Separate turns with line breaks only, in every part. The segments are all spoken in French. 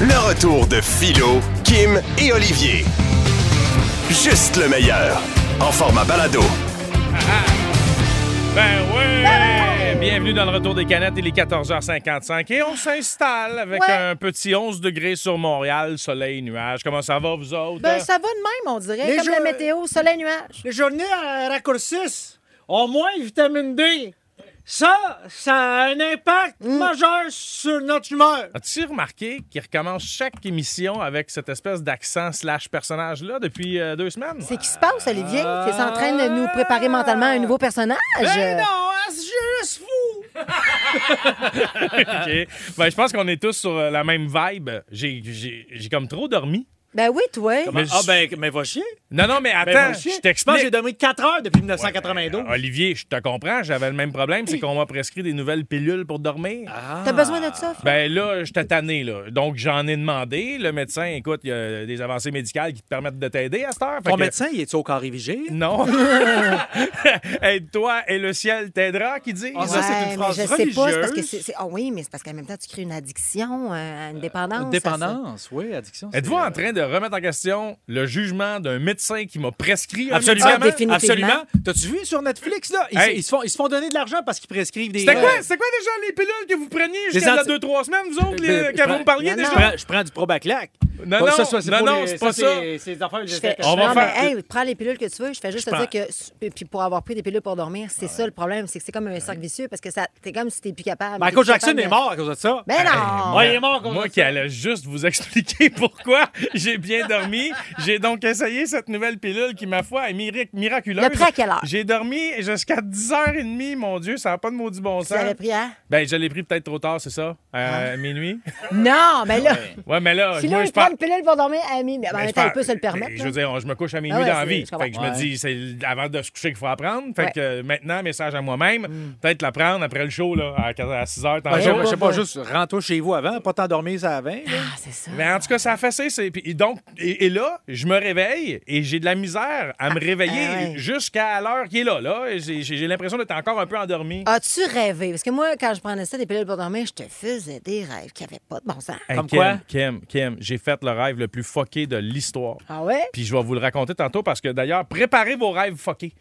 Le retour de Philo, Kim et Olivier. Juste le meilleur. En format balado.
Ben
Ah
oui! Bienvenue dans le retour des canettes, il est 14h55 et on s'installe avec
Ouais.
un petit 11 degrés sur Montréal, soleil, nuage. Comment ça va, vous autres?
Ben, ça va de même, on dirait.
Les
Comme la
jours-
météo, soleil, nuage.
Les journées euh, raccourcissent, ont moins de vitamine D. Ça, ça a un impact majeur sur notre humeur.
As-tu remarqué qu'il recommence chaque émission avec cette espèce d'accent slash personnage-là depuis euh, deux semaines?
C'est qui se passe, Olivier? T'es en train de nous préparer mentalement à un nouveau personnage?
Ah. Ben non, hein, c'est juste fou!
OK. Ben, je pense qu'on est tous sur euh, la même vibe. J'ai- J'ai j'ai comme trop dormi.
Ben oui, toi.
Mais
ah
je-
ben, mais va chier.
Non, non, mais attends,
Ben, va chier.
je
Je pense que
t'explique.
j'ai dormi 4 heures depuis 1992.
Olivier, je te comprends, j'avais le même problème, c'est qu'on m'a prescrit des nouvelles pilules pour dormir.
Ah.
T'as besoin de ça?
Ben là, j'étais tanné, là. Donc, j'en ai demandé. Le médecin, écoute, il y a des avancées médicales qui te permettent de t'aider à cette heure. Fait
Ton
que-
médecin, il est-tu au carré vigile?
Non. Aide-toi et le ciel t'aidera, qui dit.
Ah, ça, c'est une
mais
phrase
je sais pas, c'est parce que
religieuse.
c'est. c'est- Ah oui, mais c'est parce qu'en même temps, tu crées une addiction, euh, une dépendance. à ça.
Dépendance, oui, addiction. c'est- euh,
Êtes-vous en train de remettre en question le jugement d'un médecin qui m'a prescrit un
Absolument,
Ah,
médicament?
définitivement.
absolument. T'as-tu vu sur Netflix, là? Ils,
Hey.
ils se font, ils se font donner de l'argent parce qu'ils prescrivent des...
C'était quoi,
euh,
c'était quoi déjà les pilules que vous preniez
Les
jusqu'à
anti-
la deux, trois semaines, vous autres, les,
Ben,
quand
je
vous me parliez
Non,
Je
déjà?
non.
prends, je prends du Probaclac.
Non,
Pas
non,
ça, ça, c'est
non,
pour
non,
les-
c'est pas ça.
c'est- C'est des affaires que
Je
j'ai
fais-
faites.
On va
non,
faire-
mais hey, prends les pilules que tu veux. Je fais juste te
prends-
dire que. Puis pour avoir pris des pilules pour dormir, c'est ça le problème. C'est que c'est comme un cercle vicieux parce que ça... t'es comme si t'es plus capable.
Michael
T'es plus
Jackson
capable
est
de-
mort à cause de ça.
Ben non!
Ouais, il est mort à cause
Moi
de
qui
ça.
allais juste vous expliquer pourquoi j'ai bien dormi, j'ai donc essayé cette nouvelle pilule qui, ma foi, est miri- miraculeuse.
Le prêt à quelle heure?
J'ai dormi jusqu'à 10h30, mon Dieu, ça n'a pas de maudit bon
Tu
sens.
l'avais pris hein? à.
Ben, je l'ai pris peut-être trop tard, c'est ça? Euh, Minuit?
Non, mais là.
Ouais, mais là,
Si
moi,
là,
je
il prend
parle...
une pilule pour dormir à minuit, mais en
ben,
même
je
temps, il
parle-
peut se le permettre.
Je
là.
veux dire, on- je me couche à minuit
Ah ouais,
dans la
c'est-
vie.
je comprends.
Fait que je me dis, c'est l- avant de se coucher qu'il faut apprendre. Fait que euh, maintenant, message à moi-même,
Mm.
peut-être la prendre après le show, là, à 6h,
Ben, je,
tantôt.
je sais pas, juste rentre-toi chez vous avant, pas t'endormir ça avant.
Ah, c'est ça.
Mais en tout cas, ça a fait ça. c'est- puis- Et donc, et, et là, je me réveille et j'ai de la misère à me réveiller
ah ouais.
jusqu'à l'heure qui est là. là. Et J'ai j'ai- j'ai l'impression d'être encore un peu endormi.
As-tu rêvé? Parce que moi, quand je prenais ça, des pilules pour dormir, je te faisais des rêves qui n'avaient pas de bon sens.
Hey,
Comme
Kim,
quoi?
Kim, Kim, j'ai fait le rêve le plus fucké de l'histoire.
Ah ouais?
Puis je vais vous le raconter tantôt parce que d'ailleurs, préparez vos rêves fuckés.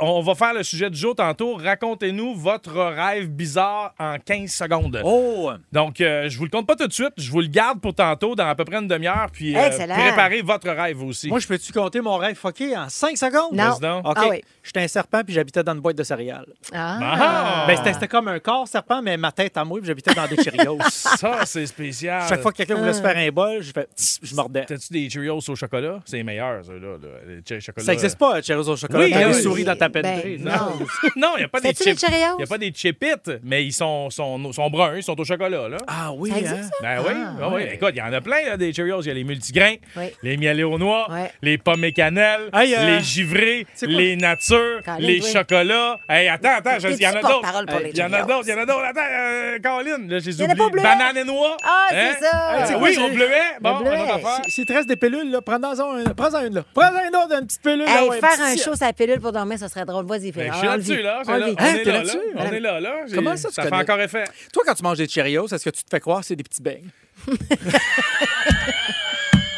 On va faire le sujet du jour tantôt. Racontez-nous votre rêve bizarre en 15 secondes.
Oh!
Donc, euh, je vous le compte pas tout de suite. Je vous le garde pour tantôt dans à peu près une demi-heure. Puis euh,
Excellent.
préparez votre rêve aussi.
Moi, je peux-tu compter mon rêve fucké en 5 secondes?
Non.
Vas-y donc.
OK.
Ah oui.
J'étais un serpent puis j'habitais dans une boîte de céréales.
Ah!
Ah!
Ben, c'était- c'était comme un corps serpent, mais ma tête à moi puis j'habitais dans des Cheerios.
Ça, c'est spécial.
Chaque fois que quelqu'un voulait se faire un bol, je fais tss, je mordais.
T'as-tu des Cheerios au chocolat? C'est les meilleurs, ceux-là. là. Les che- chocolats-
Ça n'existe pas, Cheerios au chocolat.
Oui,
T'as
oui.
des souris dans ta penderie.
Ben, non.
non, il n'y a pas des
Fais-tu des
chips.
Cheerios?
Il a pas des chipites, mais ils sont, sont, sont bruns, ils sont au chocolat, là.
Ah oui,
Ça
hein?
existe, ça?
Ben oui, ah oui. Écoute, il y en a plein, là, des Cheerios. Il y a les multigrains,
Oui.
les mielleux aux noix,
Ouais.
les pommes et cannelle,
Hey, euh,
les givrés,
c'est quoi?
les natures,
Colin,
les
oui.
chocolats. Hey, attends, attends, je- il y en a
T'es-tu porte-parole pour
d'autres.
les
Il y en a
Cheerios?
d'autres, il y en a d'autres. Attends, euh, Caroline, là, j'ai
en a
oublié.
pas au bleuet?
Banane et noix.
Ah, c'est
Hein?
ça.
Hey,
c'est
oui,
quoi,
au
j'ai-
bleuet. Bon,
bleuet.
une autre affaire.
Si- S'il te reste des pilules, là, prends-en un, prends une, là. Prends-en une autre, une petite pilule. là,
Hey,
ouais,
faire
petit-
un show sur la pilule pour dormir, ça serait drôle. Vas-y, fais
Ben,
le.
je suis
On le
là-dessus,
vit.
là.
On
c'est
le
là.
vit.
On
Hein,
est
t'es
là, là.
là-dessus?
On est là, là. J'ai-
Comment ça, tu
Ça fait
connais? Hein?
encore effet.
Toi, quand tu manges des Cheerios, est-ce que tu te fais croire que c'est des petits beignes?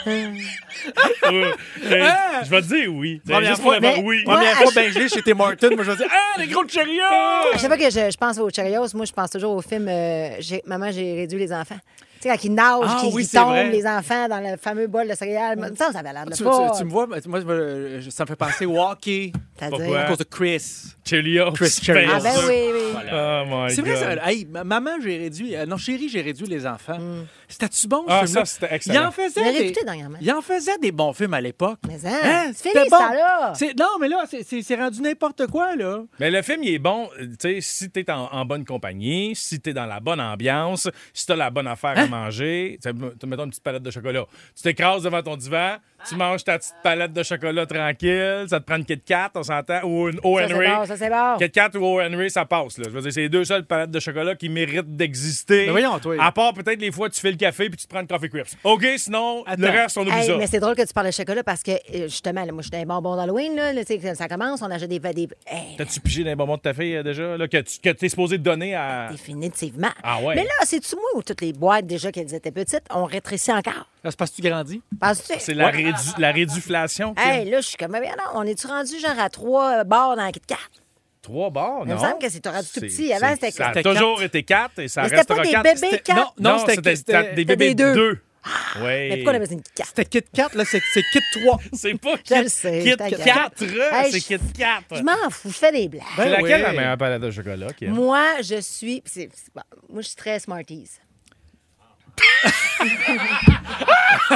Euh, euh, Je vais te dire oui. C'est
Hein? Première
Juste pour
fois,
avoir
mais-
oui. Ah!
Ouais.
Première
à
fois,
chaque-
ben gelé chez Tim Martin, moi je vais dire Ah, les gros Cheerios!
Je sais pas que je, je pense aux Cheerios. Moi, je pense toujours au film euh, J'ai- Maman, j'ai réduit les enfants. Tu sais, quand ils nagent,
Ah,
qu'ils
oui,
ils
c'est
tombent,
vrai.
les enfants, dans le fameux bol de céréales. Ça, ça avait l'air de
Tu,
pas.
tu- tu me vois, moi, je me- je- ça me fait penser au hockey
C'est-à-dire-
Pourquoi?
à cause de Chris.
Cheerios.
Chris Cheerios.
Ah, ben
Yes.
oui, oui.
Oh my
C'est vrai,
God.
ça, hey, ma- maman, j'ai réduit. euh, non, chérie, j'ai réduit les enfants.
Mm.
C'était-tu bon, ce
Ah,
film-là?
ça, c'était
Il
excellent.
en faisait.
Je l'ai
des-
réécouté dernièrement.
Il en faisait des bons films à l'époque.
Mais hein, c'est
c'était
fini, ça, là.
C'est- Non, mais là, c'est- c'est c'est rendu n'importe quoi, là.
Mais le film, il est bon, euh, tu sais, si t'es en, en bonne compagnie, si t'es dans la bonne ambiance,
Hein?
si t'as la bonne affaire à manger, tu sais, mettons une petite palette de chocolat. Tu t'écrases devant ton divan, Tu
Ah.
manges ta petite palette de chocolat tranquille, ça te prend une Kit Kat, on s'entend, ou une O.
Ça, c'est
Henry.
bon, ça, c'est bon.
Kit Kat ou O. Henry, ça passe. Là. Je veux dire, c'est les deux seules palettes de chocolat qui méritent d'exister.
Mais voyons, toi.
À part peut-être les fois où tu fais le café puis tu te prends une Coffee Crisp. OK, sinon, le
Attends.
reste, on oublie
Hey,
ça.
mais c'est drôle que tu parles de chocolat parce que, euh, justement, là, moi, j'étais un bonbon d'Halloween, là, là, tu sais, ça commence, on achète des... des hey,
T'as-tu pigé dans les bonbons de ta fille euh, déjà, là, que tu que t'es supposé donner à.
définitivement.
Ah ouais.
Mais là, c'est-tu moi ou toutes les boîtes, déjà, qu'elles étaient petites, ont rétréci encore?
Ça se passe tu grandis?
Penses-tu?
C'est la, rédu- la réduflation. Kim.
Hey, là, je suis comme, mais non, on est-tu rendu genre à trois euh, barres dans la Kit Kat?
Trois bars,
Il me
non?
semble que c'était rendu tout
C'est-
petit. Avant,
c'est-
c'était-
Ça a
c'était
toujours
quatre.
été quatre et ça
Mais c'était
restera
pas des
quatre.
bébés
C'était-
quatre?
Non, non,
Non,
c'était
c'était-
c'était des
c'était
bébés
des deux.
deux.
Mais
Oui.
pourquoi on avait une Kit Kat?
C'était Kit Kat, là, c'est c'est Kit 3.
C'est pas
Je
Kit
le sais,
Kit
je t'agresse.
quatre,
Hey,
c'est
je-
Kit 4.
Je m'en fous, je fais des blagues. Ben,
C'est
Ben
laquelle la
oui.
meilleure palette de chocolat, Kim?
Moi, je suis. pis c'est- c'est- bon, moi, je suis très Smarties.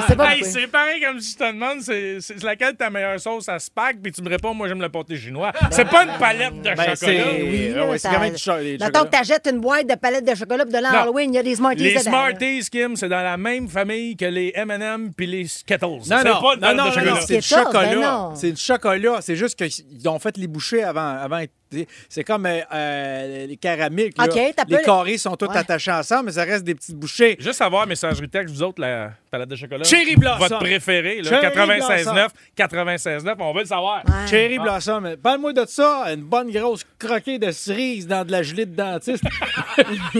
Je sais pas
Hey,
pourquoi.
c'est pareil comme si je te demande c'est c'est laquelle ta meilleure sauce à Spack, puis tu me réponds, moi j'aime le pâté chinois.
Ben,
C'est pas une palette de
Ben,
chocolat.
c'est-
Eh Oui,
Ah
là,
ouais, c'est
ça-
quand même du cho- des
Mettons
chocolats.
que t'achètes une boîte de palettes de chocolat pour de l'an
Non.
Halloween, il y a des Smarties
Les
dedans, là.
Smarties, Kim, c'est dans la même famille que les M&M puis les Skittles. c'est
non,
pas une palette
non,
de
non,
chocolat.
non, c'est du
Skittles, ben
chocolat.
non.
C'est du chocolat. C'est juste qu'ils ont fait les bouchées avant. avant c'est comme euh, euh, les caramiques. là.
OK, t'as
les
peu-
carrés sont tous
Ouais.
attachés ensemble, mais ça reste des petites bouchées.
Juste savoir, messagerie texte, vous autres, la palette de chocolat.
Cherry Blossom.
Votre préféré, là,
Cherry
96,9. 96,9, on veut le savoir.
Ouais.
Cherry
Ah.
Blossom. euh, Parle-moi de ça, une bonne grosse croquée de cerise dans de la gelée de dentiste.
Non,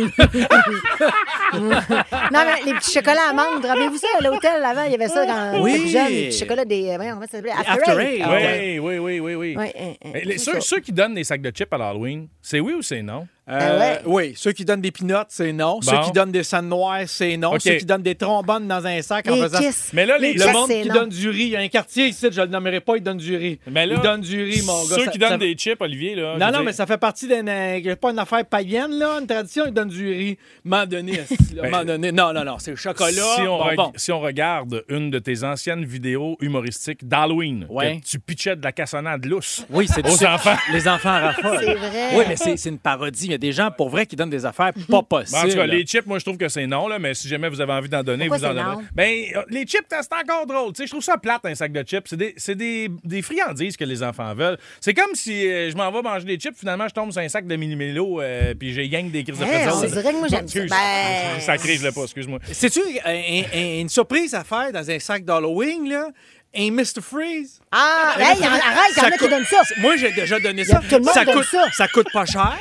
mais les petits chocolats à menthe, rappelez-vous ça, à l'hôtel, avant, il y avait ça quand
Oui.
j'étais plus jeune, les petits chocolats des. euh, voyons, comment ça s'appelait? After,
After
Eight.
Eight.
Ah,
Oui,
ouais.
oui, oui, oui, oui.
Ouais, hein, hein,
Mais les-
c'est
ceux,
ça.
ceux qui donnent des sacs de chips à l'Halloween, c'est oui ou c'est non?
Euh,
Ben
Oui, ceux qui donnent des pinottes, c'est non. Ceux qui donnent des sandes noires, c'est non.
OK.
Ceux qui donnent des trombones dans un sac en
Les
faisant...
Kiss.
Mais là, les-
les
le
Le
Kiss,
monde
c'est
qui
non.
donne du riz. Il y a un quartier ici, je le nommerai pas, il donne du riz.
Mais là,
il donne du riz, mon gars.
Ceux
Ça-
qui donnent
ça-
des chips, Olivier, là.
Non,
je
non,
veux
mais
dire-
ça fait partie d'une. euh, pas une affaire païenne, là. Une tradition, ils donnent du riz. M'en donné, esti, là,
Ben,
m'en donné. Non, non, non, c'est le chocolat.
Si on,
bonbon.
reg- si on regarde une de tes anciennes vidéos humoristiques d'Halloween,
Ouais.
que tu pitchais de la cassonade lousse.
Oui, c'est
Aux
c'est-
enfants.
Les enfants raffolent.
C'est vrai.
Oui, mais c'est c'est une parodie. Il y a des gens pour vrai qui donnent des affaires pas possibles.
Bon, en tout cas, les chips, moi, je trouve que c'est non, là, mais si jamais vous avez envie d'en donner,
Pourquoi
vous en
c'est non?
donnez. Ben, euh, les chips, c'est encore drôle. Tu sais, je trouve ça plate, un sac de chips. C'est des, c'est des, des friandises que les enfants veulent. C'est comme si euh, je m'en vais manger des chips, finalement, je tombe sur un sac de mini-mélo, euh, puis j'ai gang des crises de
Hein,
présence.
on dirait que moi, j'aime ça. Ben-
Ça crise le pas, excuse-moi.
C'est-tu euh, un- un- une surprise à faire dans un sac d'Halloween, là? Un Mr. Freeze?
Ah, hey, y en- arrête, il y en a qui
coûte-
donnent ça.
Moi, j'ai déjà donné
Y a-
ça.
tout le monde
ça,
donne
coûte,
ça.
coûte pas cher.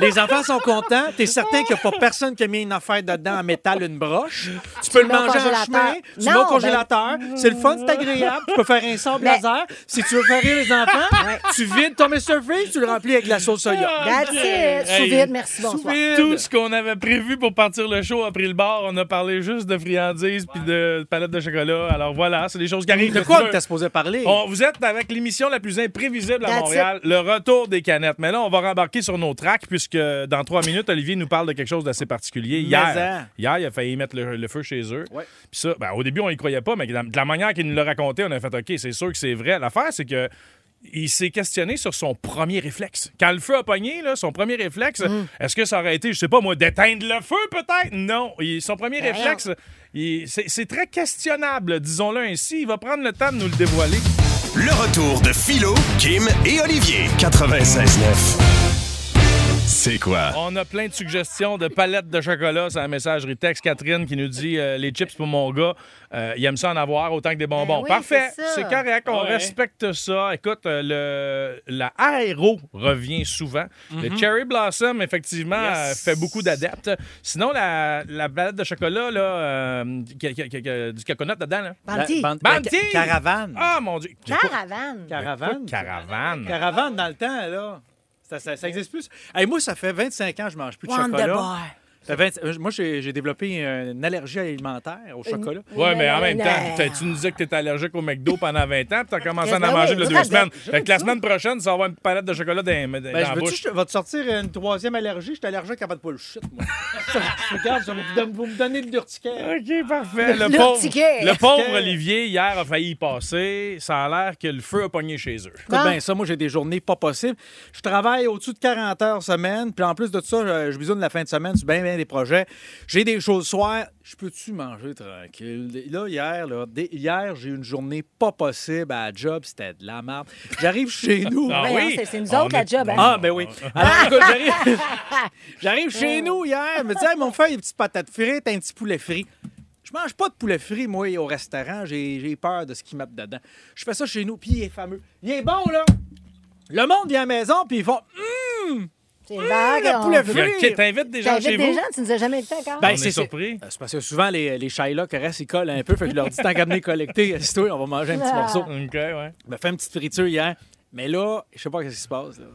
Les enfants sont contents. T'es certain qu'il n'y a pas personne qui a mis une affaire dedans en métal, une broche. Tu peux le
mets au
manger en
congélateur.
chemin. Tu le
Non,
mets au
ben-
congélateur. C'est le fun, c'est agréable. Tu peux faire un sable
Mais-
laser. Si tu veux faire rire les enfants, tu vides ton Mr. Freeze, tu le remplis avec de la sauce soya.
That's it.
Hey.
Sous vide, merci, bonsoir.
Tout
Vide.
ce qu'on avait prévu pour partir le show après le bar, on a parlé juste de friandises puis de palettes de chocolat. Alors voilà, c'est des choses qui arrivent.
De quoi on était supposé parler?
On- vous êtes avec l'émission la plus imprévisible à
That's
Montréal, le retour des canettes. Mais là, on va rembarquer sur nos tracks puisque dans trois minutes, Olivier nous parle de quelque chose d'assez particulier. Hier,
hein.
hier, il a failli mettre le, le feu chez eux.
Ouais.
Puis ça, ben, au début, on y croyait pas, mais de la- de la manière qu'il nous l'a raconté, on a fait OK, c'est sûr que c'est vrai. L'affaire, c'est que. Il s'est questionné sur son premier réflexe. Quand le feu a pogné, là, son premier réflexe,
Mm.
est-ce que ça aurait été, je sais pas moi, d'éteindre le feu peut-être? Non. Il- son premier
Ben,
réflexe, il- c'est c'est très questionnable, disons-le ainsi. Il va prendre le temps de nous le dévoiler.
Le retour de Philo, Kim et Olivier. 96.9. C'est quoi?
On a plein de suggestions de palettes de chocolat sur la messagerie texte. Catherine qui nous dit euh, les chips pour mon gars, euh, il aime ça en avoir autant que des bonbons.
Ben oui,
Parfait,
c'est ça.
c'est correct, on
Ouais.
respecte ça. Écoute, euh, le, la aéro revient souvent. Le cherry blossom, effectivement,
Mhm. Yes.
euh, fait beaucoup d'adeptes. Sinon, la, la palette de chocolat, là, euh, qui a- qui a- qui a du coconut dedans. Là.
Bounty.
La- ban- la
Bounty!
ca- Caravane.
Ah, mon Dieu!
Caravane.
Caravane.
Quoi, Caravane.
Caravane dans le temps, là. Ça, ça, ça existe plus. Hey, moi, ça fait 25 ans que je mange plus de
Wonder
chocolat. Ça fait 20 euh, Moi, j'ai j'ai développé une allergie alimentaire au chocolat.
Ouais, mais en
Non,
même
non,
temps,
non.
t'as- tu nous disais que t'étais allergique au McDo pendant 20 ans, puis t'as commencé à en
Ben
manger
oui,
le
je
deux
le
semaines.
sais, je
Fait que la
le sais.
semaine prochaine, ça va avoir une palette de chocolat dans, dans
Ben,
la
je veux
bouche.
je vais te sortir une troisième allergie. Je suis allergique à votre bullshit, moi. Ça, Regarde, ça, vous, me donne- vous me donnez de l'urticaire.
OK, parfait. Le
Le
pauvre,
ticket.
le pauvre
Ticket.
Olivier, hier, a failli y passer. Ça a l'air que le feu a pogné chez eux.
Écoute
Bon.
bien ça, moi j'ai des journées pas possibles. Je travaille au-dessus de 40 heures semaine, puis en plus de ça, je, je bisonne la fin de semaine, je suis bien bien plein des projets. J'ai des choses le soir. Je peux-tu manger tranquille? Là, hier, là, dès- hier j'ai eu une journée pas possible à la job. C'était de la merde. J'arrive chez nous.
Ah
Ouais,
oui?
hein, c'est- c'est nous
On
autres, la
est-
job, hein.
Ah, ben oui. Alors, écoute, j'arrive, j'arrive chez nous hier, me dis, hey, mon frère, une petite patate frite, un petit poulet frit. Je mange pas de poulet frit, moi, au restaurant. J'ai, j'ai peur de ce qui m'a dedans. Je fais ça chez nous, puis il est fameux. Il est bon, là. Le monde vient à la maison, puis ils font, hum,
C'est vague.
Ah, le
on-
poulet
Fait
frit.
que
Free.
T'invites des gens
T'invites
chez
des
vous?
gens, tu nous as jamais fait encore.
Ben,
hein. On
c'est-
est surpris.
C'est parce que souvent, les, les Shylock restent, ils collent un peu. Fait que je leur dis, tant qu'à venir collecter, si toi, on va manger un petit morceau.
OK, ouais.
Je me fais une petite friture hier. Mais là, je sais pas ce qui se passe. Là.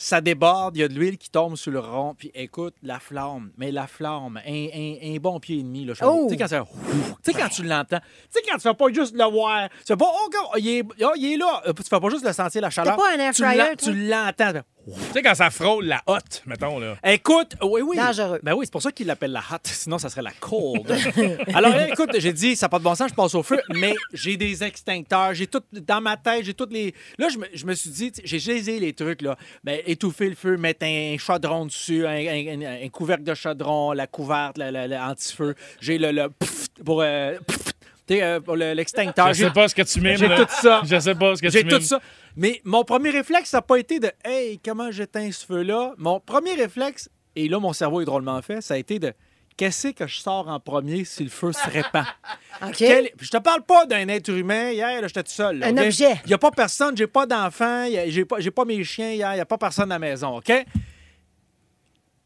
Ça déborde, il y a de l'huile qui tombe sur le rond. Puis écoute, la flamme, mais la flamme, un, un- un bon pied et demi. là, je-
Oh!
Tu sais, quand, ça- tu sais, quand tu l'entends, tu sais, quand tu fais pas juste le voir, tu fais pas, oh, God, il est, oh, il est là. Euh, Tu fais pas juste le sentir, la chaleur.
pas un air
Tu
fryer,
l'en-
toi?
Tu l'entends. tu fais,
Tu sais, quand ça frôle la hotte, mettons, là.
Écoute, oui, oui.
Dangereux.
Ben oui, c'est pour ça qu'il l'appelle la hot. Sinon, ça serait la cold. Alors, là, écoute, j'ai dit, ça n'a pas de bon sens, je passe au feu, mais j'ai des extincteurs, j'ai tout, dans ma tête, j'ai toutes les. Là, je me, je me suis dit, tu sais, j'ai gésé les trucs, là. Ben, étouffer le feu, mettre un, chaudron dessus, un, un- un- un couvercle de chaudron, la couverte, la- la- la- anti-feu. J'ai le, le pfft pour. euh, pfft, tu sais, euh, pour le- l'extincteur.
Je
J'ai-
sais pas ce que tu mimes,
j'ai
là.
tout ça.
Je sais pas ce que tu
j'ai
mimes.
tout ça. Mais mon premier réflexe, ça n'a pas été de Hey, comment j'éteins ce feu-là? Mon premier réflexe, et là, mon cerveau est drôlement fait, ça a été de Qu'est-ce que je sors en premier si le feu se répand?
OK.
Ben, Quel- Je te parle pas d'un être humain. Hier, là, j'étais tout seul.
Un objet.
Il n'y a pas personne, j'ai pas d'enfant, y a- j'ai pas, j'ai pas mes chiens hier, il n'y a pas personne à la maison, OK?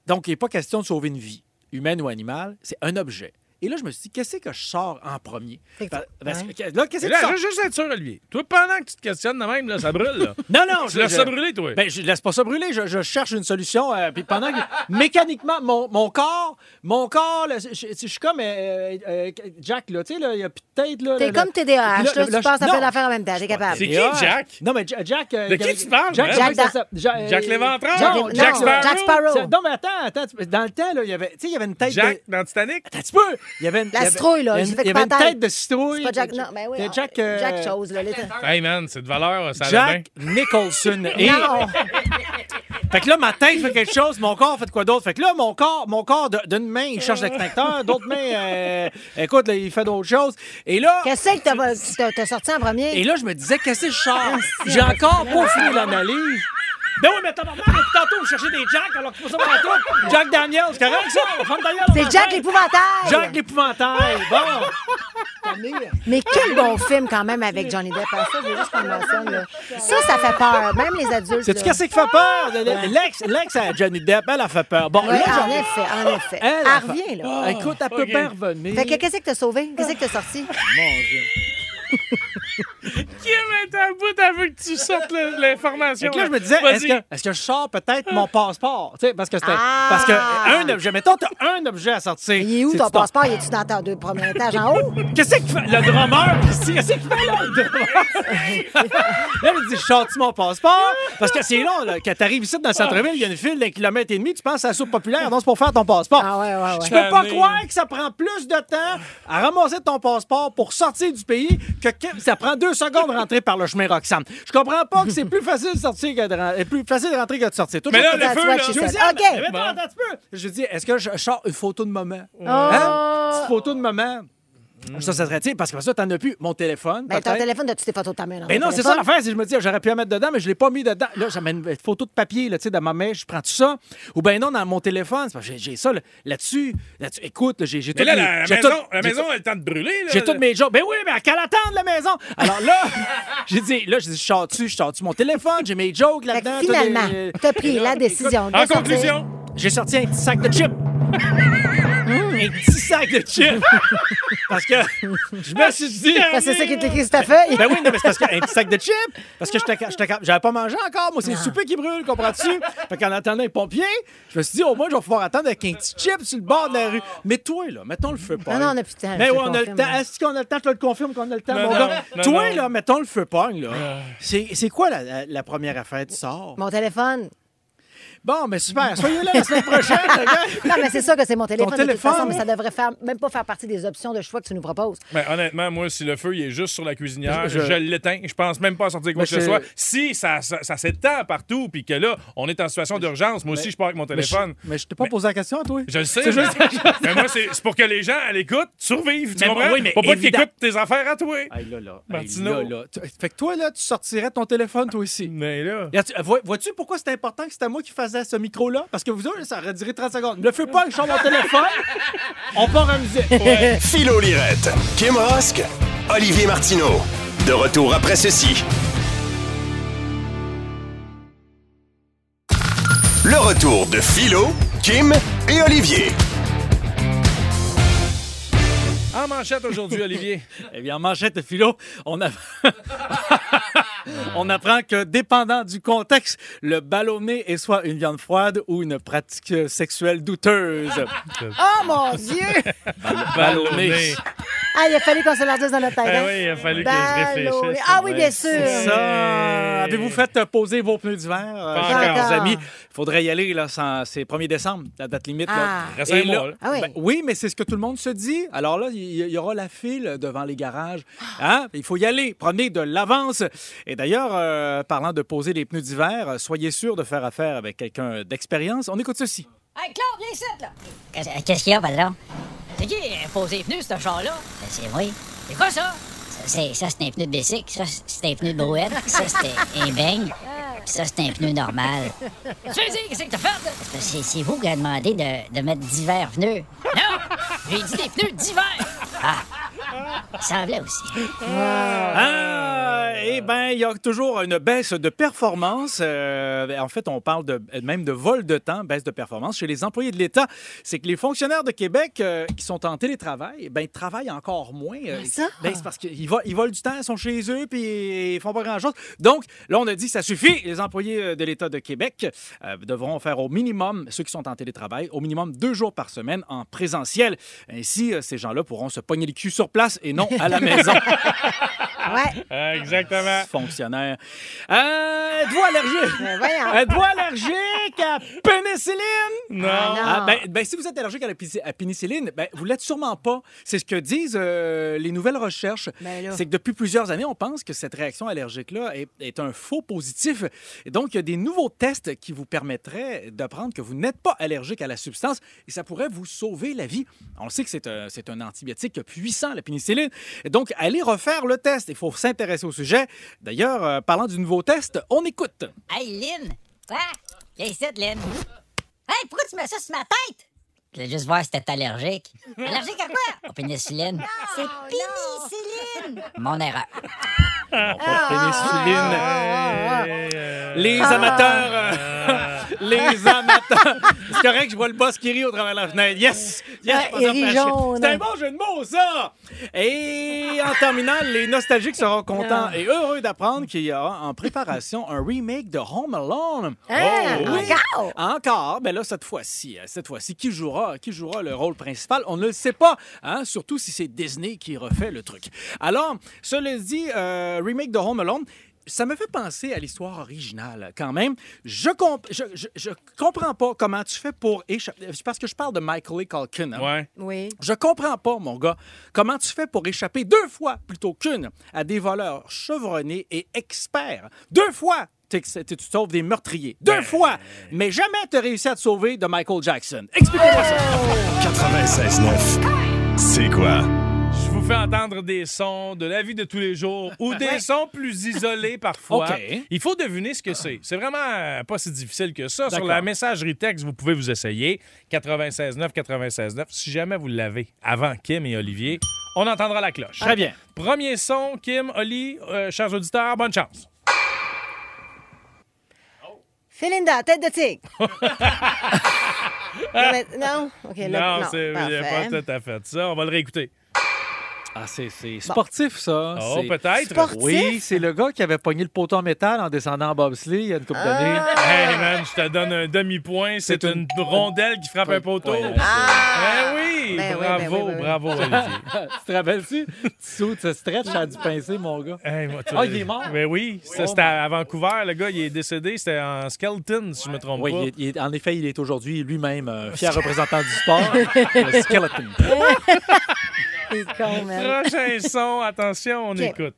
Donc, il n'est pas question de sauver une vie, humaine ou animale, c'est un objet. Et là, je me suis dit, qu'est-ce que je sors en premier?
Fait que- hein?
Parce- parce
ouais.
que- Là, qu'est-ce
Et
que
Là,
tu sors?
juste, juste être sûr, Olivier. Toi, pendant que tu te questionnes de même, là, ça brûle, là.
Non, non,
Tu laisses ça brûler, toi.
Ben, je laisse pas ça brûler. Je, je cherche une solution. euh, puis pendant que mécaniquement, mon, mon corps, mon corps, là, je, je- je suis comme euh, euh, Jack là, tu sais là, il y a plus de tête là.
T'es
là,
comme
là.
TDAH,
Puis
là,
là,
tu penses à
non.
plein d'affaires en même temps, t'es capable.
C'est qui,
Ah.
Jack?
Non, mais Ja- Jack. euh,
De qui
Jack-
tu parles,
Jack,
man?
Jack,
Jack
ça- Ja- euh,
Jack Léventreur?
Jack-
Non,
Jack Sparrow?
Jack Sparrow.
C'est- Non, mais attends, attends. tu- Dans le temps, là, il y avait, tu sais, il y avait une tête de...
Jack dans Titanic?
Attends, tu peux! Il y avait une, il y avait-
citrouille, là,
Il y
j'ai
avait,
fait
il y avait une
pantalon.
tête de citrouille.
C'est pas Jack, non, ben oui.
C'était
ah,
Jack... euh,
Jack chose, là. les-
Hey, man, c'est de valeur, ça allait bien.
Jack Nicholson. Et...
Non!
Fait que là, ma tête fait quelque chose, mon corps fait quoi d'autre? Fait que là, mon corps, mon corps de- d'une main, il cherche l'extracteur, d'autre main, euh, écoute, là, il fait d'autres choses. Et là,
Qu'est-ce que t'as- t'as- t'as sorti en
et
premier?
là, je me disais, qu'est-ce que je sors?
Ah,
J'ai encore pas fini l'analyse. Ben oui, mais t'as pas tantôt, vous cherchez des Jack, alors que c'est pas ça tantôt. Jack Daniels, c'est correct ça? Femme d'ailleurs, on
C'est
en
Jack
parle.
l'épouvantail!
Jack l'épouvantail. Bon.
Mais quel bon film quand même avec Johnny Depp. Ah, Ça, je veux juste qu'on le mentionne. là. Ça, ça fait peur, même les adultes.
Sais-tu
là.
qu'est-ce qui fait peur? L'ex, l'ex à Johnny Depp, elle a fait peur. Bon,
Ouais,
là, j'en
en
ai.
effet, en effet.
Elle, Ah,
Elle,
a fait-
revient, là.
Écoute, elle peut
ok.
bien revenir.
Fait que qu'est-ce que t'as sauvé? Qu'est-ce que t'as sorti?
Mon Dieu.
Kim est à bout, elle veut que tu sortes le- l'information.
Fait que là, je me disais,
Vas-y.
est-ce que, est-ce que je sors peut-être mon passeport? Tu sais, parce que c'est un-
Ah!
parce que un objet. Mettons, t'as un objet à sortir.
Il est où
C'est
ton passeport? Il est-tu dans ton deux premier étage en haut?
Qu'est-ce qu'il fait? Le drummer? Christy, Qu'est-ce qu'il fait là, le drummer? là, je dis, je sors-tu mon passeport? Parce que c'est long, là. Quand t'arrives ici dans le centre-ville, il y a une file d'un kilomètre et demi, tu penses à la soupe populaire, non, c'est pour faire ton passeport.
Ah ouais, ouais, ouais.
Je peux pas
Tanné.
croire que ça prend plus de temps à ramasser ton passeport pour sortir du pays que que- ça prend deux secondes de rentrer par le chemin Roxham. Je comprends pas que c'est plus facile de sortir que de, ren- euh, plus facile de rentrer que de sortir. Toujours
Mais là,
comme
le
ça.
That's
feu,
what
là.
she said.
Deuxième,
OK. Ben,
attends, attends, tu peux. Je dis, est-ce que je sors une photo de maman? Hein?
Oh.
Petite photo de maman.
Hmm.
Ça, ça serait, tu sais, parce que ça, t'en as plus. Mon téléphone.
Ben, ton
peut-être.
téléphone, as-tu tes photos de ta mère? dans
Ben
ton
non, c'est ça
téléphone?
l'affaire. C'est que je me dis, j'aurais pu la mettre dedans, mais je l'ai pas mis dedans. Là, j'amène une photo de papier, là, tu sais, de ma mère, je prends tout ça. Ou ben non, dans mon téléphone, c'est parce que j'ai- j'ai ça là, là-dessus. là-dessus. Écoute, là, j'ai j'ai
Mais
tout
là,
mes-
la, la
j'ai
maison,
tout-
la
j'ai
maison
tout-
a le temps de brûler. là.
J'ai toutes mes jobs. Ben oui, mais à qu'à l'attendre, la maison? Alors là, j'ai dit, là, j'ai dit, je sors-tu, je sors-tu mon téléphone, j'ai mes jokes
Fait que
là-dedans. euh, tout
finalement,
est-
t'as pris
Et là,
la
écoute,
décision de
En
sortir.
conclusion,
j'ai sorti un petit sac de chips. Mmh, un petit sac de chips. Parce que je me suis dit.
Parce que c'est ça qui est écrit sur ta feuille.
Ben oui, non, mais c'est parce qu'un petit sac de chips. Parce que j'étais ca- j'étais ca- j'avais pas mangé encore. Moi, c'est le
Ah.
souper qui brûle, comprends-tu? Fait qu'en attendant les pompiers, je me suis dit, au moins, je vais pouvoir attendre avec un petit chip sur le bord de la rue. Mais toi, là, mettons le feu pogne.
Ah non, on a plus de temps,
Mais
je
ouais,
te
on a le
confirme, hein.
temps.
là.
Est-ce qu'on a le temps? Je te le confirme qu'on a le temps,
Non,
mon
non,
gars.
non,
Toi,
non.
là, mettons
Ah.
le feu pogne, là. C'est c'est quoi la, la- la première affaire? Tu sors.
Mon téléphone.
Bon, mais super. Soyez là la semaine prochaine, OK?
Non, mais c'est ça que c'est mon téléphone. de toute
téléphone.
façon, mais ça devrait faire, même pas faire partie des options de choix que tu nous proposes.
Mais honnêtement, moi, si le feu il est juste sur la cuisinière, je,
Je- je-
l'éteins. Je pense même pas à sortir quoi
Mais
que ce
c'est-
soit. Si ça, ça, ça s'étend partout, puis que là, on est en situation d'urgence, moi aussi, je pars avec mon
Mais je-
téléphone.
Mais je t'ai pas posé la question, toi.
Je le sais.
C'est
mais-
juste-
mais moi, c'est c'est pour que les gens, à l'écoute, survivent. Tu
Mais
comprends?
oui, mais
Faut pas qu'ils
évident-
écoutent tes affaires à toi.
Aïe, là, là. Aïe,
Martino.
là, là. Tu- Fait que toi, là, tu sortirais ton téléphone, toi aussi.
Mais là.
Regarde, tu- vois- Vois-tu pourquoi c'est important que c'était moi qui faisais ce micro-là? Parce que vous autres, ça aurait duré 30 secondes. Le feu pas, je sors mon téléphone, on part à musique.
Philo Lirette, Kim Rosk, Olivier Martineau. De retour après ceci. Le retour de Philo, Kim et Olivier.
En manchette aujourd'hui, Olivier.
Eh bien, en manchette de philo, on, a... on apprend que, dépendant du contexte, le ballonné est soit une viande froide ou une pratique sexuelle douteuse.
Oh mon Dieu!
Ballonné.
Ah, il a fallu qu'on se leur dise dans notre tête.
Ah
hein?
oui, il a fallu que je
Ballonné.
réfléchisse.
Ah oui, bien
C'est
sûr.
ça. Avez-vous fait euh, poser vos pneus d'hiver, euh,
Pas
chers
encore.
amis? Il faudrait y aller, là, sans... c'est 1er décembre, la date limite. là.
Ah.
Reste
Et
un mois,
là-
là.
Ah oui.
Ben oui, mais c'est ce que tout le monde se dit. Alors là, il y, il y aura la file devant les garages. Hein? Il faut y aller. Prenez de l'avance. Et d'ailleurs, euh, parlant de poser les pneus d'hiver, euh, soyez sûr de faire affaire avec quelqu'un d'expérience. On écoute ceci.
Hey, Claude, viens ici, là!
Qu'est- Euh, Qu'est-ce qu'il y a, là?
C'est qui, euh, posé pneus, ce char-là?
C'est moi.
C'est quoi ça?
C'est, ça, c'est un pneu de bicycle. Ça, c'est un pneu de brouette. Ça, c'est un beigne. Puis ça, c'est un pneu normal. Ben,
Tu veux dire, qu'est-ce que t'as fait? là?
C'est, c'est vous qui avez demandé de, de mettre divers pneus.
Non! J'ai dit des pneus d'hiver!
Ah! Ça semblait aussi.
Ah, eh bien, il y a toujours une baisse de performance. Euh, ben, en fait, on parle de, même de vol de temps, baisse de performance chez les employés de l'État. C'est que les fonctionnaires de Québec euh, qui sont en télétravail, ben, ils travaillent encore moins. Euh,
ça?
ben, c'est parce qu'ils vo- ils volent du temps, ils sont chez eux, puis ils font pas grand-chose. Donc, là, on a dit, ça suffit. Les employés euh, de l'État de Québec euh, devront faire au minimum, ceux qui sont en télétravail, au minimum deux jours par semaine en présentiel. Ainsi, euh, ces gens-là pourront se pogner le cul sur place et non à la maison.
Ouais.
Ah, Exactement.
fonctionnaire. Euh, Êtes-vous allergique?
Ben voyons.
Êtes-vous allergique à pénicilline?
Non.
Ah,
Ah, ben, ben, si vous êtes allergique à la pici- à pénicilline, ben, vous l'êtes sûrement pas. C'est ce que disent euh, les nouvelles recherches.
Ben là.
C'est que depuis plusieurs années, on pense que cette réaction allergique-là est, est un faux positif. Et donc, il y a des nouveaux tests qui vous permettraient d'apprendre que vous n'êtes pas allergique à la substance et ça pourrait vous sauver la vie. On sait que c'est un, c'est un antibiotique puissant, la pénicilline. Et donc, allez refaire le test. Il faut s'intéresser au sujet. D'ailleurs, euh, parlant du nouveau test, on écoute.
Hey, Lynn! Quoi? Viens ici, Lynn. Hey, pourquoi tu mets ça sur ma tête? Je voulais juste voir si t'étais allergique. Allergique à quoi? Au pénicilline. C'est pénicilline! Mon erreur.
Pénicilline.
Eh, euh,
Les
Ah.
amateurs. euh, les amateurs. C'est correct, je vois le boss qui rit au travers de la fenêtre. Yes! yes
Ouais,
pas
il
ça,
rit
pas
jaune.
C'est un bon jeu de mots, ça! Et en terminant, les nostalgiques seront contents
Ah.
et heureux d'apprendre qu'il y a en préparation un remake de Home Alone.
Hein?
oui.
Encore?
Encore, mais là, cette fois-ci, euh, cette fois-ci, qui jouera, qui jouera le rôle principal? On ne le sait pas, hein, surtout si c'est Disney qui refait le truc. Alors, cela dit, euh, remake de Home Alone, ça me fait penser à l'histoire originale, quand même. Je, comp- je, je- je comprends pas comment tu fais pour échapper... Parce que je parle de Michael A. Culkin. hein.
Ouais.
Oui.
Je comprends pas, mon gars, comment tu fais pour échapper deux fois plutôt qu'une à des voleurs chevronnés et experts. Deux fois, t'es- t'es- tu te sauves des meurtriers. Deux fois, mais jamais tu réussi à te sauver de Michael Jackson. Explique-moi ça.
96.9. C'est quoi?
Je vous fais entendre des sons de la vie de tous les jours ou des sons plus isolés parfois.
OK.
Il faut deviner ce que c'est. C'est vraiment euh, pas si difficile que ça. Sur
D'accord.
la messagerie texte, vous pouvez vous essayer. 96.9, 96.9. Si jamais vous l'avez avant Kim et Olivier, on entendra la cloche.
Très bien.
Premier son, Kim, Oli, euh, chers auditeurs, bonne chance.
Félinda, tête de tigre. non, mais- non. OK, là,
non, c'est
parfait.
pas tout à fait ça. On va le réécouter.
Ah, c'est c'est sportif, ça.
Oh,
C'est-
peut-être.
Sport-
Oui, c'est le gars qui avait pogné le poteau en métal en descendant en bobsleigh il y a une couple d'années.
Hey man, je te donne un demi-point. C'est
C'est une-
une rondelle qui frappe un poteau.
Ouais, ouais.
Ben oui,
Ben oui, ben oui,
bravo,
ben oui.
bravo, Olivier.
tu te rappelles-tu? Tu sautes, tu stretch, ça a dû pincer, mon gars.
Hey, moi, tu-
Ah, il est mort?
Ben oui, ça,
Oh,
c'était à à Vancouver, le gars, il est décédé, c'était en skeleton, si je me trompe
Oui,
pas.
il est- il est- en effet, il est aujourd'hui lui-même euh, fier représentant du sport, le skeleton.
C'est con, man.
Prochain son, attention, on
Ok.
écoute.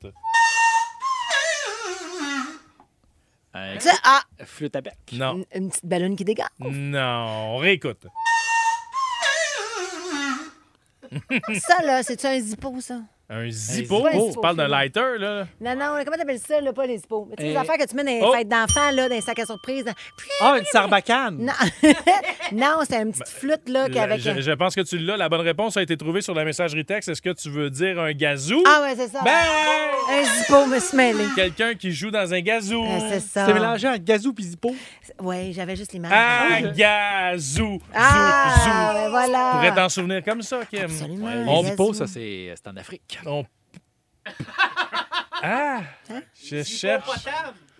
Euh,
Ça, ah,
flûte à bec.
Non,
une, une petite ballonne qui dégage.
non, on réécoute.
Ça, là, c'est-tu un zippo, ça?
Un zippo,
Ouais,
Oh, tu
zippo,
parles d'un
c'est
lighter, là.
Non, non, comment t'appelles ça, là, pas les zippos? Mais Tu sais, les
Euh,
affaires que tu mets dans les
oh.
fêtes d'enfants, là, dans les sacs à surprise. dans-
Ah, une sarbacane!
Non, non c'est une petite flûte, là,
La-
qu'avec...
Ben, je, je pense que tu l'as, la bonne réponse a été trouvée sur la messagerie texte. Est-ce que tu veux dire un gazou?
Ah ouais, c'est ça.
Ben!
Un zippo, me suis mêlée.
Quelqu'un qui joue dans un gazou.
Ouais, Ben, c'est ça.
C'est mélangé à gazou pis zippo.
Oui, j'avais juste l'image.
Un gazou.
Ah,
Ah! zou, zou.
ben voilà.
Tu pourrais t'en souvenir comme ça, Kim.
Absolument.
Les
un
On-
zippos,
gazou.
ça, c'est c'est en Afrique.
On- Ah!
Hein?
Je cherche.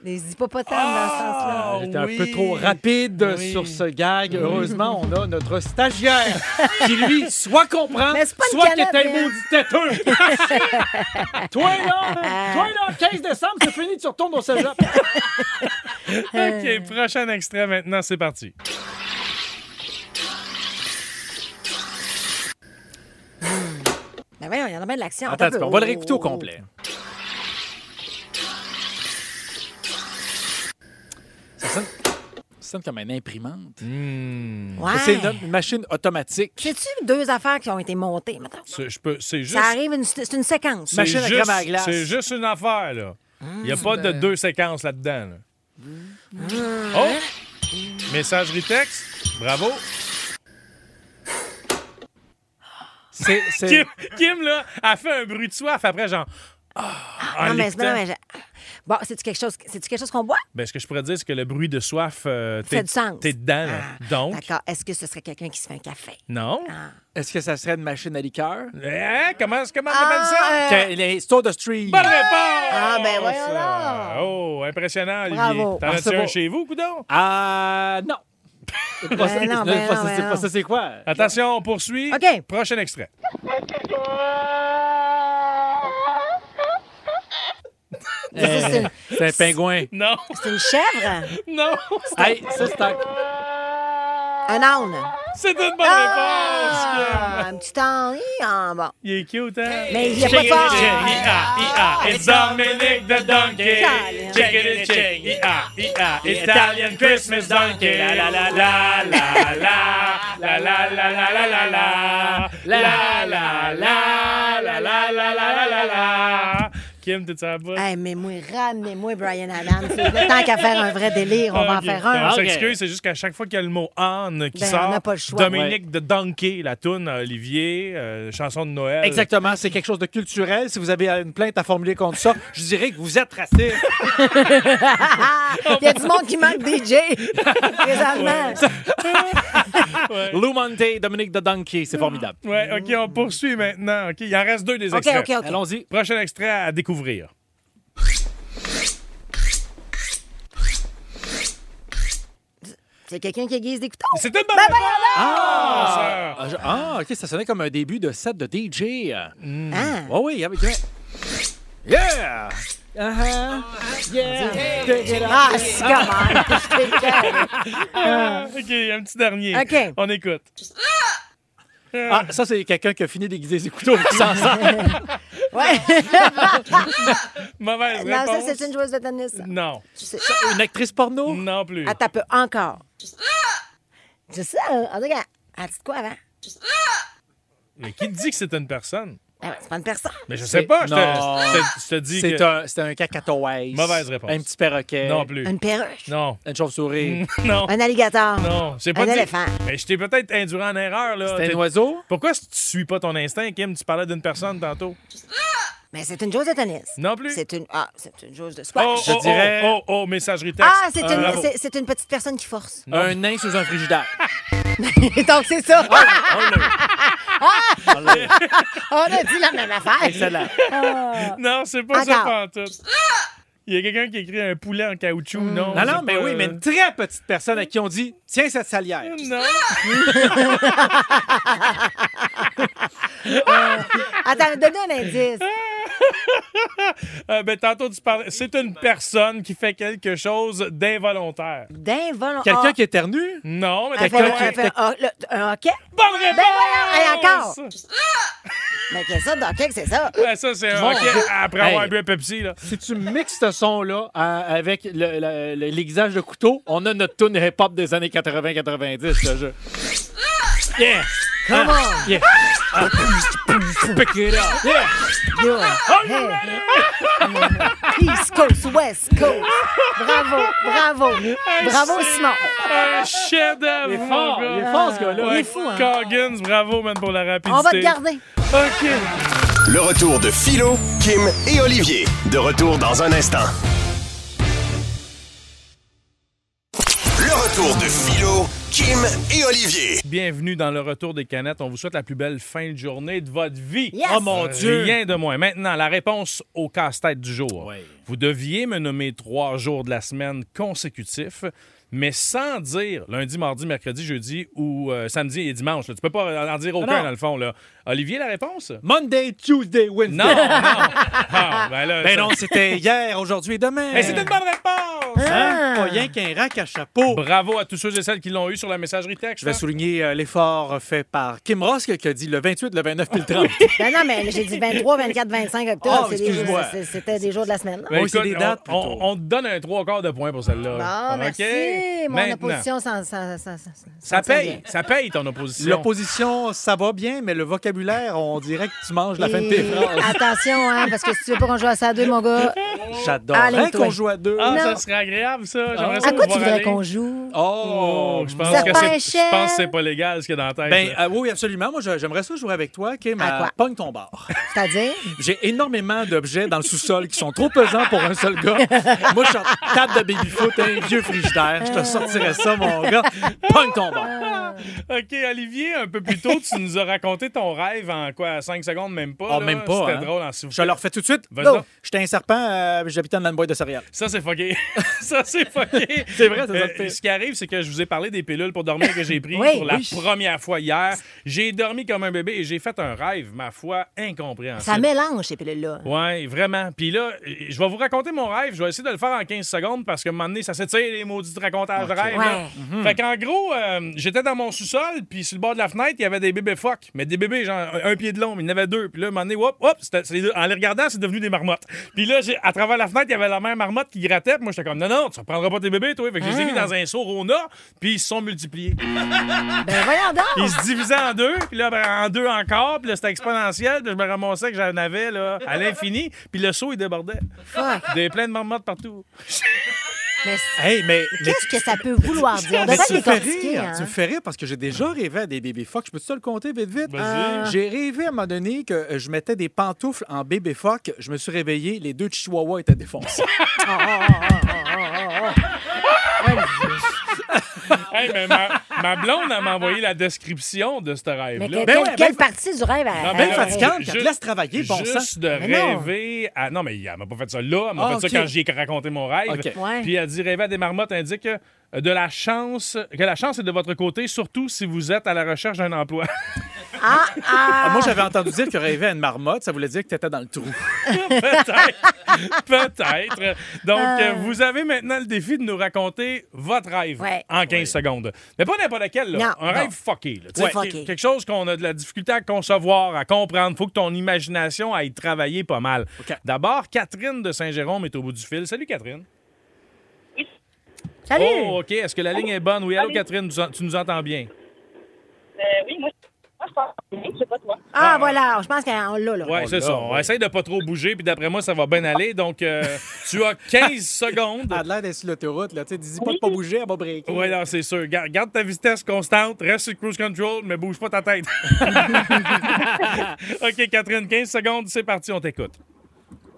Des hippopotames
Ah,
dans
J'étais
oui.
un peu trop rapide
Oui.
sur ce gag. Heureusement, on a notre stagiaire qui, lui, soit comprend,
Mais c'est pas une
soit que
canette,
t'es un
hein.
maudit têteux. toi, là, toi, là, 15 décembre, c'est fini, tu retournes au cégep.
OK, prochain extrait maintenant, c'est parti.
ce sens-là. Ben voyons, il y en a bien de l'action.
Attends, un
un
petit
peu.
peu, on va le réécouter au complet. Ça sonne, ça sonne comme une imprimante.
Ouais.
C'est une, une machine automatique.
C'est-tu deux affaires qui ont été montées, mettons?
C'est- je peux- C'est juste,
Ça arrive, une- c'est une séquence.
c'est
Machine à crème à
juste,
glace.
c'est juste une affaire, là. Il n'y a
Ah,
pas
ben.
de deux séquences là-dedans. là.
Ah.
Oh! Messagerie texte. Bravo.
Euh.
C'est, c'est-
Kim, Kim, là, a fait un bruit de soif après, genre. Ah, en
Non, mais,
l'écoutant.
non, mais je- Bon, c'est-tu quelque chose, c'est-tu quelque chose qu'on boit?
Ben, ce que je pourrais dire, c'est que le bruit de soif, euh,
Ça fait
t'es
du sens.
t'es dedans. là.
Ah,
Donc,
D'accord. Ah. Est-ce que ce serait quelqu'un qui se fait un café?
non.
Est-ce que ça serait une machine à liqueur?
Hein? Comment, comment on
Ah,
appelle ça?
euh,
Que- les Soda Stream.
Bonne réponse!
Ah, ben voyons
Ah, Oh, impressionnant, Olivier.
Bravo.
T'en
Ah,
as-tu
c'est
un
bon.
chez vous, coudon?
Ah, non. C'est pas ça,
Ben non,
c'est
ben
pas
non,
ça,
ben
c'est pas
non.
ça, c'est quoi?
Attention, on poursuit.
OK.
Prochain extrait.
Euh,
Ça, c'est une-
c'est un pingouin.
Non,
C'est une chèvre?
non,
Hey, ça, c'est un...
Un âne?
c'est une bonne réponse.
Ah,
Kim.
un petit âne. Hi, ah, bon.
Il est cute, hein?
Mais il n'y a pas de phare.
I-A, Ah, it's Dominic the Donkey.
Italian.
Check it, Ah, check. I-A, I-A, Italian Christmas Donkey. La la la la la la. La la la la la la la. La la la la la la la la la. Kim, t'es-tu à bout?
Hey, mais moi, ramenez-moi Brian Adams. Tant qu'à faire un vrai délire, on va en
Ok.
faire un.
On
Ok.
s'excuse, c'est juste qu'à chaque fois qu'il y a le mot âne qui
Ben, on
sort,
n'a pas le choix.
Dominique de Donkey, la toune à Olivier, euh, chanson de Noël.
Exactement, c'est quelque chose de culturel. Si vous avez une plainte à formuler contre ça, je dirais que vous êtes raciste.
Ah, Il y a du monde qui manque DJ. Présentement.
Lou Monte, Dominique de Donkey, c'est formidable.
Ouais, OK, on poursuit maintenant. OK, il en reste deux des
OK,
extraits.
OK, OK.
Ah. Allons-y.
Prochain extrait à découvrir.
C'est quelqu'un qui aiguise des couteaux.
C'est une bonne
Ben,
réponse!
Ah! Ah, je- ah, OK, ça sonnait comme un début de set de DJ. Oui,
Hein?
oui, avec... Yeah! Uh-huh. Yeah! Take it out.
Ah, c'est comment? Je t'ai fait.
Ah, OK, un petit dernier.
OK.
On écoute.
Ah, ça, c'est quelqu'un qui a fini d'aiguiser ses couteaux qui s'en sort.
Ouais.
Mauvaise
Non, ça,
réponse.
c'est une joueuse de tennis. ça.
Non,
C'est-
Une actrice porno?
non plus.
Attends, un peu encore. Ah! C'est ça. En tout cas, elle dit de quoi hein? avant?
Mais qui te dit que c'est une personne?
Ah ouais, c'est pas une personne.
Mais je
C'est-
sais pas, je te,
Non.
je te- je te dis
C'est
que...
un, c'est un cacatoès.
Mauvaise réponse.
Un petit perroquet.
Non plus. Mm.
Une perruche.
Non.
Une chauve-souris.
Non.
Un alligator.
Non, c'est pas
Un
dit-
éléphant.
Mais je t'ai peut-être induit en erreur là.
C'est
T'es-
un oiseau?
Pourquoi tu suis pas ton instinct, Kim Tu parlais d'une personne tantôt.
Mais c'est une joueuse de tennis.
Non plus.
C'est une. Ah, c'est une joueuse de
Oh,
squash.
oh,
dirais-
oh, oh, oh, messagerie texte.
Ah, c'est
Euh,
une,
bravo.
c'est- c'est une petite personne qui force.
Un nain sous un frigidaire.
Mm.
Donc, c'est ça.
Oh,
Ah!
On l'a eu. On l'a eu.
On a dit la même affaire.
Excellent.
Non, c'est pas ça,
Encore.
pantoute. Il y a quelqu'un qui écrit un poulet en caoutchouc,
Mm.
non?
Non,
c'est
non, mais
pas,
oui,
euh,
mais une très petite personne à qui on dit Tiens cette salière.
Non.
Attends, donne un indice.
Euh, ben, tantôt, tu parlais. C'est une personne qui fait quelque chose d'involontaire.
D'involontaire.
Quelqu'un qui éternue?
Ah. Non, mais
Elle fait-
quelqu'un qui.
elle fait- ah, le- Un hockey? Ben
Bonne réponse!
voyons, et encore. Mais qu'est-ce que ça, d'hockey, c'est ça?
Ouais, Euh, ça, c'est un
Bon.
hockey après avoir
Hey.
bu un Pepsi, là.
Si tu mixes ce son-là à- avec le- le- le- l'aiguisage de couteau, on a notre tune hip-hop des années 80-90, ce jeu.
Ah!
Yeah! Come on! Yeah! Ah. Pick it up! Yeah!
Yo, hey. East Coast, West Coast. Bravo, bravo. Bravo, Simon.
Un chef-d'œuvre!
Il est
mon
fort,
gars.
il est fort, ce gars-là.
Ouais,
est fou, hein.
Coggins, bravo, man, pour la rapidité.
On va te garder.
OK.
Le retour de Philo, Kim et Olivier. De retour dans un instant. Le retour de Philo, Kim et Olivier.
Bienvenue dans le retour des canettes. On vous souhaite la plus belle fin de journée de votre vie.
Yes!
Oh mon Dieu!
Rien de moins. Maintenant, la réponse au casse-tête du jour.
Oui.
Vous deviez me nommer trois jours de la semaine consécutifs, mais sans dire lundi, mardi, mercredi, jeudi ou euh, samedi et dimanche. là. Tu peux pas en dire aucun,
non.
dans le fond. Là. Olivier, la réponse?
Monday, Tuesday,
Non,
Wednesday.
non. Ah, ben là,
Ben
ça-
non, c'était hier, aujourd'hui et demain.
Hey, c'est Ben, une bonne réponse!
Hein? Pas rien qu'un rack à chapeau.
Bravo à tous ceux et celles qui l'ont eu sur la messagerie texte.
Je vais
hein?
souligner euh, l'effort fait par Kim Ross qui a dit le 28, le 29 puis le 30.
Non, Ben non, mais j'ai dit 23, 24, 25 octobre.
Oh,
c'est des-
excuse-moi.
c'est- C'était des jours de la semaine.
Ben,
Oui, c'est
écoute,
des dates,
on- on,
plutôt.
on te donne un trois quarts de point pour celle-là.
Bon,
OK?
merci. Mon
Maintenant,
opposition sans, sans, sans, sans-
Ça
sans-
paye, ça paye ton opposition.
L'opposition, ça va bien, mais le vocabulaire, on dirait que tu manges la fin de tes
Et
phrases.
attention, hein, parce que si tu veux pas qu'on joue à ça à deux, mon gars.
J'adorerais
Allez-toi.
Hein, qu'on joue à deux.
ah,
Non. Ah.
ça serait agréable, ça. J'aimerais ça
À quoi tu
pouvoir
voudrais
aller.
qu'on joue?
Oh!
Oh, je pense,
Ça
que
fait un
c'est,
chef.
je pense que c'est pas légal ce qu'il y a dans la tête.
Ben
là.
euh, oui, absolument. Moi, je- j'aimerais ça jouer avec toi, Kim.
À
à
quoi?
Pogne ton bar.
C'est-à-dire?
J'ai énormément d'objets dans le sous-sol qui sont trop pesants pour un seul gars. Moi, je suis en table de baby-foot, un vieux frigidaire. Je te sortirais ça, mon gars. Pogne ton bar. euh,
OK, Olivier, un peu plus tôt, tu nous as raconté ton rêve en quoi, 5 secondes, même pas.
Ah,
là.
même pas.
C'était
hein.
drôle en souffle.
Je le refais tout de suite.
Vas-y donc.
Go. J'étais un serpent, euh, j'habitais dans une boîte de céréales.
Ça, c'est fucké. ça, c'est fucké.
C'est vrai, ça, ça
Euh,
le fait.
Ce qui arrive, c'est que je vous ai parlé des pilules pour dormir que j'ai pris
Oui,
pour la
oui.
première fois hier. J'ai dormi comme un bébé et j'ai fait un rêve, ma foi, incompréhensible.
Ça mélange ces pilules-là.
Oui, vraiment. Puis là, euh, je vais vous raconter mon rêve. Je vais essayer de le faire en 15 secondes parce que à un moment donné, ça s'étire les maudits racontages de rêve. là. Mm-hmm. Fait qu'en gros, euh, j'étais dans mon sous-sol, puis sur le bord de la fenêtre, il y avait des bébés phoques. Mais des bébés, genre un, un pied de long, mais il y en avait deux. Puis là, à un moment donné, hop, hop, c'était- c'est les deux. en les regardant, c'est devenu des marmottes. Puis là, j'ai- à travers la fenêtre, il y avait la même marmotte qui grattait. Puis moi, j'étais comme, non, non, tu reprendras pas tes bébés, toi. Fait que je les ai mis dans un seau Rona, puis ils se sont multipliés.
Ben voyons donc!
Ils se divisaient en deux, puis là, ben, en deux encore, puis là, c'était exponentiel, puis je me ramassais que j'en avais là, à l'infini, puis le seau, il débordait.
Fuck.
Des plein de marmottes partout.
Mais
Hey, mais, mais
qu'est-ce que ça peut vouloir dire? On
Mais
devrait
tu me fais
décortiquer,
rire,
hein.
tu me fais rire parce que j'ai déjà rêvé à des bébés phoques. Je peux-tu te le compter vite, vite? Euh,
Vas-y.
J'ai rêvé à un moment donné que euh, je mettais des pantoufles en bébé phoque. Je me suis réveillé, les deux chihuahuas étaient défoncés.
Hey, mais ma, ma blonde, elle m'a envoyé la description de ce
Mais
rêve-là.
que-
ben
quelle,
ouais,
quelle
ben-
partie du rêve? à-
Non,
à-
ben,
Bien
là,
fatigante,
ju-
qu'elle te laisse travailler, bon
juste
sang.
de
Mais non.
rêver à... Non, mais elle m'a pas fait ça là, elle m'a
Ah,
fait
ok.
ça quand j'y ai raconté mon rêve.
Ok.
Ouais.
Puis elle dit, rêver à des marmottes indique euh, de la chance, que la chance est de votre côté, surtout si vous êtes à la recherche d'un emploi.
Ah, ah.
Ah, Moi, j'avais entendu dire que rêver à une marmotte, ça voulait dire que t'étais dans le trou.
Peut-être. Peut-être. Donc, euh, vous avez maintenant le défi de nous raconter votre rêve
Ouais.
en 15 secondes. Mais pas n'importe lequel. là.
Non,
Un
non.
rêve fucké. là. Tu
Ouais.
sais,
Fucké.
que- Quelque chose qu'on a de la difficulté à concevoir, à comprendre. faut que ton imagination aille travailler pas mal.
OK.
D'abord, Catherine de Saint-Jérôme est au bout du fil. Salut, Catherine.
Salut!
Oh, OK. Est-ce que la ligne est bonne? Oui, allô, Catherine, tu- tu nous entends bien?
Euh, oui, moi, moi, je pense bien, je sais pas toi.
ah, voilà, je pense qu'on l'a, Oh là.
Oui, c'est ça. On essaye de pas trop bouger, puis d'après moi, ça va bien aller. Donc, euh, tu as 15 secondes.
Elle a l'air d'être sur l'autoroute, là. Tu sais, dis pas de pas bouger, elle va breaker.
Oui, non, c'est sûr. Gar- Garde ta vitesse constante, reste sur cruise control, mais bouge pas ta tête. OK, Catherine, 15 secondes, c'est parti, on t'écoute.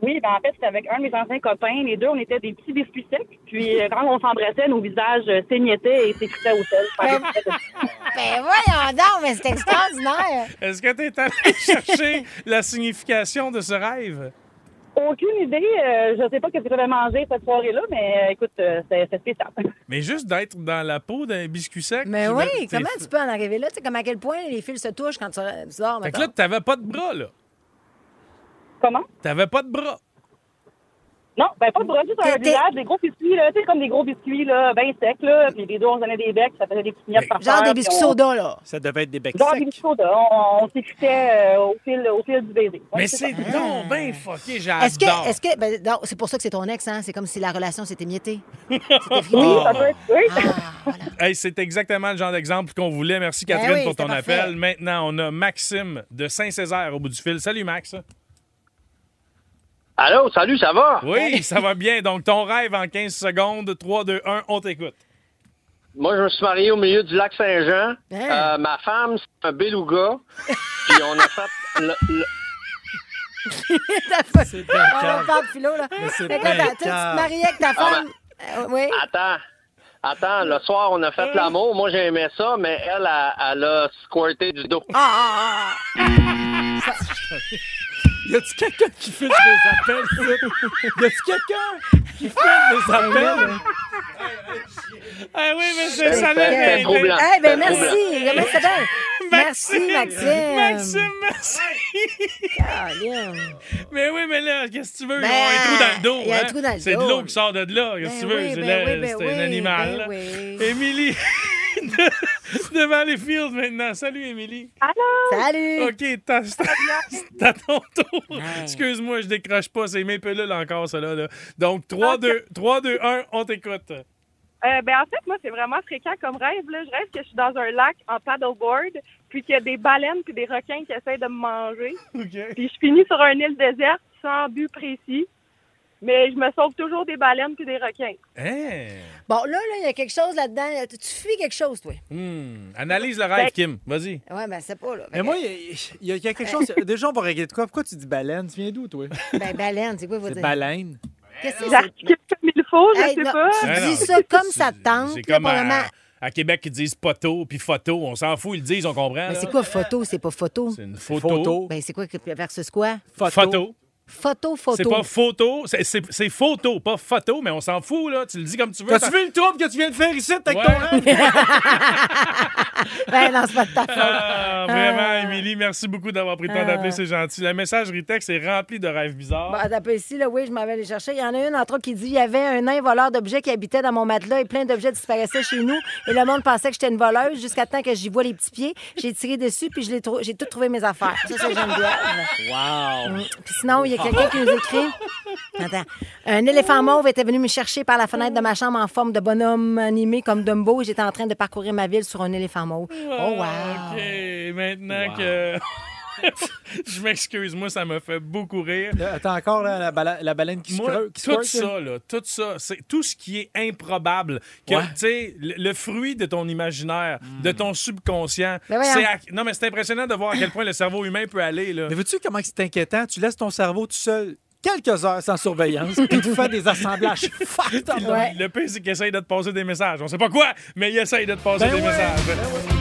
Oui, ben en fait, c'était avec un de mes anciens copains. Les deux, on était des petits biscuits secs. Puis euh, quand on s'embrassait, nos visages euh, s'émiettaient et s'écrutaient au sol. Par des biscuits.
Ben voyons donc, mais c'est extraordinaire.
Est-ce que t'es allé chercher la signification de ce rêve?
Aucune idée. euh, je sais pas ce que j'avais mangé cette soirée-là, mais euh, écoute, euh, c'est c'est spécial.
Mais juste d'être dans la peau d'un biscuit sec.
Mais
tu
oui,
me- t'es-
comment tu peux en arriver là? Tu sais, comme à quel point les fils se touchent quand tu tu dors,
Fait que
mettons.
là, t'avais pas de bras, là.
Comment?
T'avais pas de bras.
Non, ben pas de bras, juste un
T'étais-
visage, des gros biscuits, là, tu sais, comme des gros biscuits, là, ben secs, là. Puis les deux, on se donnait des becs, ça faisait des petites miettes par
Genre
terre,
des
puis
biscuits
on-
soda, là.
Ça devait être des becs
Genre des biscuits
secs.
soda. On, on s'écoutait euh, au, fil, au fil du baiser. Ouais,
Mais
ça.
c'est donc ben fucké,
Est-ce
j'adore.
que, est-ce que, ben, non, c'est pour ça que c'est ton ex, hein? C'est comme si la relation s'était miettée. C'était
Oui,
fini.
ça peut être. Oui.
Ah, voilà.
Hey, c'est exactement le genre d'exemple qu'on voulait. Merci Catherine
Ben oui,
pour ton
c'était
appel.
parfait.
Maintenant, on a Maxime de Saint-Césaire au bout du fil. Salut Max.
Allô, salut, ça va?
Oui, ça va bien. Donc ton rêve en 15 secondes, 3 2 1, on t'écoute.
Moi, je me suis marié au milieu du lac Saint-Jean.
Hein?
Euh, ma femme, c'est un beluga. Puis on a fait... le- le-
C'est des
On
câbles.
parle de philo, là.
Mais c'est
Fait que là,
bien
t'as- tu te
calme.
mariais avec ta femme. Euh, oui.
Attends. Attends, le soir, on a fait l'amour. Moi, j'aimais ça, mais elle, elle, elle a squirté du dos.
Ah, ah, ah,
Y a-tu quelqu'un qui filme des appels, ça? Y a-tu quelqu'un qui filme des appels?
Ah oui, mais c'est
ça l'a
ah.
C'est trop blanc.
Eh ben
C'est trop
merci. Comment ça s'appelle? Merci, Maxime.
Maxime, merci.
Ah, bien.
Mais oui, mais là, qu'est-ce que tu veux? Ils
Ben,
ont un trou dans le dos.
il y a un
hein?
trou dans le
C'est de
dos.
l'eau qui sort de là. Qu'est-ce que
Ben
tu veux?
oui,
c'est
ben
là-
oui, ben
c'est
oui,
un animal.
ben
là.
oui.
Émilie de, de Valleyfield maintenant. Salut, Émilie.
Ah. Salut.
OK, t'as c'est à ton tour. Excuse-moi, je décroche pas. C'est mes pelules encore, cela. là Donc, 3, 2, 3, 2, 1, on t'écoute.
Euh, ben, en fait, moi, c'est vraiment fréquent comme rêve. Là. Je rêve que je suis dans un lac en paddleboard, puis qu'il y a des baleines puis des requins qui essaient de me manger.
OK.
Puis je finis sur une île déserte sans but précis. Mais je me sauve toujours des baleines puis des requins.
Hein?
Bon, là, là, il y a quelque chose là-dedans. Tu tu fuis quelque chose, toi.
Hmm. Analyse le rêve, Kim. Vas-y.
Ouais, ben, c'est pas, là. Fait
Mais
que-
moi, il y, a- il y a quelque chose. Déjà, on va régler de quoi? Pourquoi tu dis baleine? Tu viens d'où, toi?
Ben, baleine, c'est quoi, vous
C'est
dire?
baleine.
Qu'est-ce que c'est?
J'articule comme il faut, je
Hey,
sais
non,
pas.
Tu
Ah, non.
dis ça comme ça te
C'est-
tente.
C'est
là,
comme
pour le moment.
à, à Québec, ils disent poteau puis photo. On s'en fout, ils le disent, on comprend.
Mais c'est
là.
quoi photo? C'est pas photo.
C'est une photo.
Photo.
Ben, c'est quoi que- versus quoi?
Photo.
Photo.
Photo, photo.
C'est pas photo, c'est- c'est c'est photo, pas photo, mais on s'en fout, là. Tu le dis comme tu veux.
T'as-tu vu le trouble que tu viens de faire ici avec
Ouais.
ton rêve?
Ben, non, c'est pas de ta faute.
Ah, vraiment, Émilie, merci beaucoup d'avoir pris le temps
Ah.
d'appeler, c'est gentil. La messagerie texte est remplie de rêves bizarres.
Bah.
Bon, attends un peu ici, là, oui, je m'en vais aller chercher. Il y en a une, entre autres, qui dit il y avait un nain voleur d'objets qui habitait dans mon matelas et plein d'objets disparaissaient chez nous. Et le monde pensait que j'étais une voleuse jusqu'à temps que j'y vois les petits pieds. J'ai tiré dessus puis je l'ai trou- j'ai tout trouvé mes affaires. Ça, c'est Geneviève. Mm.
Wow!
Puis sinon, il y a quelqu'un qui nous écrit. Attends. Un éléphant mauve était venu me chercher par la fenêtre de ma chambre en forme de bonhomme animé comme Dumbo et j'étais en train de parcourir ma ville sur un éléphant mauve. Oh, wow!
OK, maintenant que... Je m'excuse, moi, ça m'a fait beaucoup rire.
Là, attends encore là, la, bala- la baleine qui se
Moi,
creu- qui se
tout
squirt, là.
ça, là, tout ça, c'est tout ce qui est improbable, que,
Ouais. Hmm.
tu sais, le, le fruit de ton imaginaire, de ton subconscient.
Ben voyons.
c'est à- Non, mais c'est impressionnant de voir à quel point le cerveau humain peut aller, là.
Mais vois-tu comment c'est inquiétant? Tu laisses ton cerveau tout seul quelques heures sans surveillance, puis tu fais des assemblages fucked up.
Ouais.
Le pire, c'est qu'il essaye de te passer des messages. On sait pas quoi, mais il essaye de te passer
Ben
des
ouais,
messages.
ben ouais.